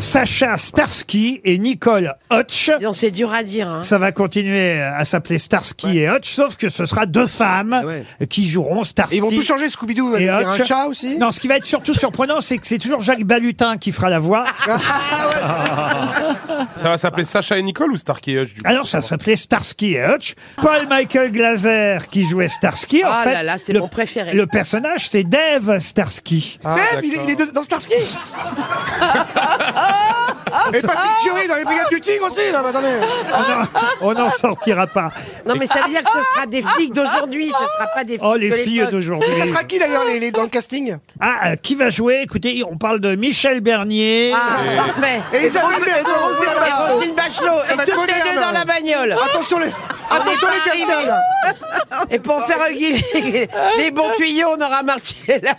Sacha Starsky et Nicole Hutch. C'est dur à dire. Hein. Ça va continuer à s'appeler Starsky et Hutch, sauf que ce sera deux femmes qui joueront Starsky. Ils vont tout changer, Scooby-Doo va et devenir Hutch. un chat aussi Non, ce qui va être surtout surprenant, c'est que c'est toujours Jacques Balutin qui fera la voix. Ah Ça va s'appeler Sacha et Nicole ou Starkey et Hutch du coup Alors ça s'appelait Starsky et Hutch. Paul Michael Glaser qui jouait Starsky. En Ah fait, là là, c'était le- mon préféré. Le personnage, c'est Dave Starsky. Ah, Dave, il est, d'accord. il est de- dans Starsky Et Patrick Fury dans les Brigades du Tigre aussi là, mais attendez On n'en sortira pas. Non, mais ça veut dire que ce sera des flics d'aujourd'hui, ce sera pas des flics Oh les de filles l'époque. d'aujourd'hui. Ça sera qui d'ailleurs les, les- dans le casting Ah, euh, qui va jouer Écoutez, on parle de Michel Bernier. Ah, parfait. Et Isabelle Bertrand Et Roselyne Bachelot, Ça va et être toutes les moderne. deux dans la bagnole. Attention les, attention les arrivé. castings Et pour faire euh, les, les bons tuyaux, on aura marché là.